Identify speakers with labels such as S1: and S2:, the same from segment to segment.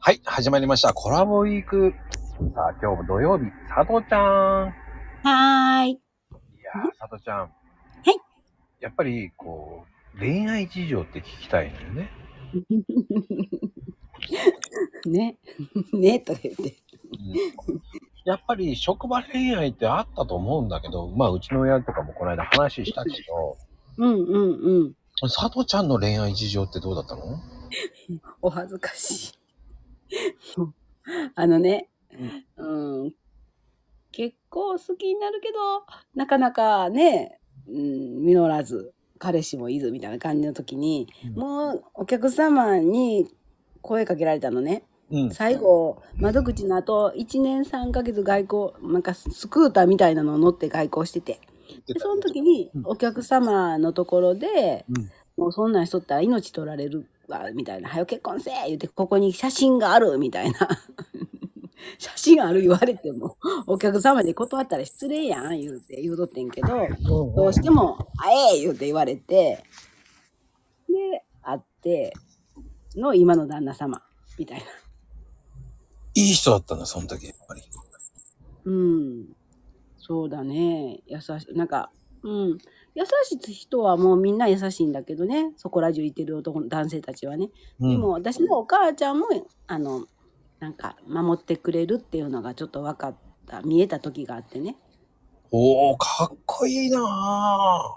S1: はい、始まりました。コラボウィーク。さあ、今日も土曜日、佐藤ちゃん。
S2: はーい。い。
S1: やー、佐藤ちゃん。はいやっぱり、こう、恋愛事情って聞きたいのよね。
S2: ね。 ね、とか言って。
S1: うんやっぱり職場恋愛ってあったと思うんだけど、まあ、うちの親とかもこの間話したけど、
S2: うんうんうん。
S1: 佐藤ちゃんの恋愛事情ってどうだったの
S2: お恥ずかしい。 もうあのね、うん、結構好きになるけど、なかなかね、うん、実らず、彼氏もいずみたいな感じの時に、
S1: うん
S2: もうお客様に声かけられたのね。
S1: うん。
S2: 最後、窓口の後、1年3ヶ月外交、なんかスクーターみたいなのを乗って外交してて。でその時に
S1: うん
S2: お客様のところで、
S1: うん
S2: もうそんなんしとったら命取られるわみたいな「はよ結婚せえ!」言うて「ここに写真がある」みたいな 写真ある言われてもお客様に断ったら失礼やん言うて言うとってんけどどうしても「あええ!」言うて言われてで会っての今の旦那様みたいな。
S1: いい人だったんだ、その時、やっぱり。
S2: うん、そうだね。優しい。なんか、うん。優しい人はもうみんな優しいんだけどね。そこら中いてる男の男性たちはね。
S1: うん
S2: でも、私のお母ちゃんも、あの、なんか、守ってくれるっていうのがちょっと分かった、見えた時があってね。
S1: おおかっこいいな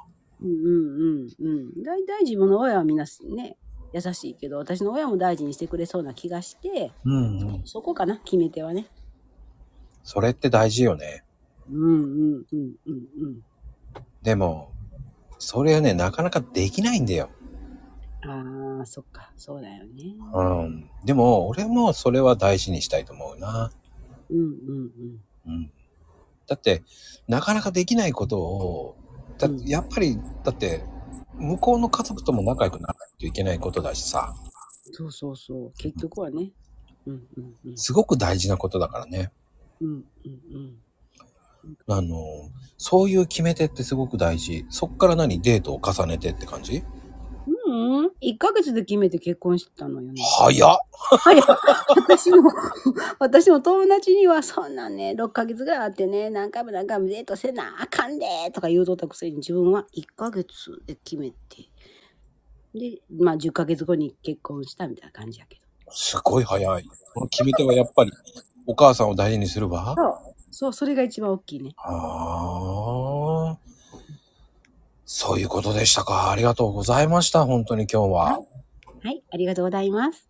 S1: ぁ。
S2: うんうんうんうん。大体自分の親はみんなね、優しいけど、私の親も大事にしてくれそうな気がして、
S1: うん、うん。
S2: そこかな、決め手はね。
S1: それって大事よね。
S2: うんうんうんうんうん。
S1: でも、それはね、なかなかできないんだよ。
S2: ああ、そっか、そうだよね。
S1: うん。でも、俺もそれは大事にしたいと思うな。
S2: うんうんうん。
S1: うん。だって、なかなかできないことを、だ
S2: うん
S1: やっぱり、だって、向こうの家族とも仲良くならないといけないことだしさ、
S2: そうそうそう。結局はね。うんうんうん。
S1: すごく大事なことだからね。
S2: うんうん
S1: あの、そういう決め手ってすごく大事。そっから何デートを重ねてって感じ
S2: うん。うん、1ヶ月で決めて結婚してたのよね。
S1: 早っ
S2: はい、私の、私の友達には、そんなんね、6ヶ月ぐらいあってね、何回も何回もデートせなあかんでとか言うとったくせに、自分は1ヶ月で決めて、で、まあ10ヶ月後に結婚したみたいな感じやけど。
S1: すごい早い。この決め手はやっぱり、お母さんを大事にするわ。
S2: そう。そう、それが一番大きいね。
S1: ああ。そういうことでしたか。ありがとうございました。本当に今日は。
S2: はい、ありがとうございます。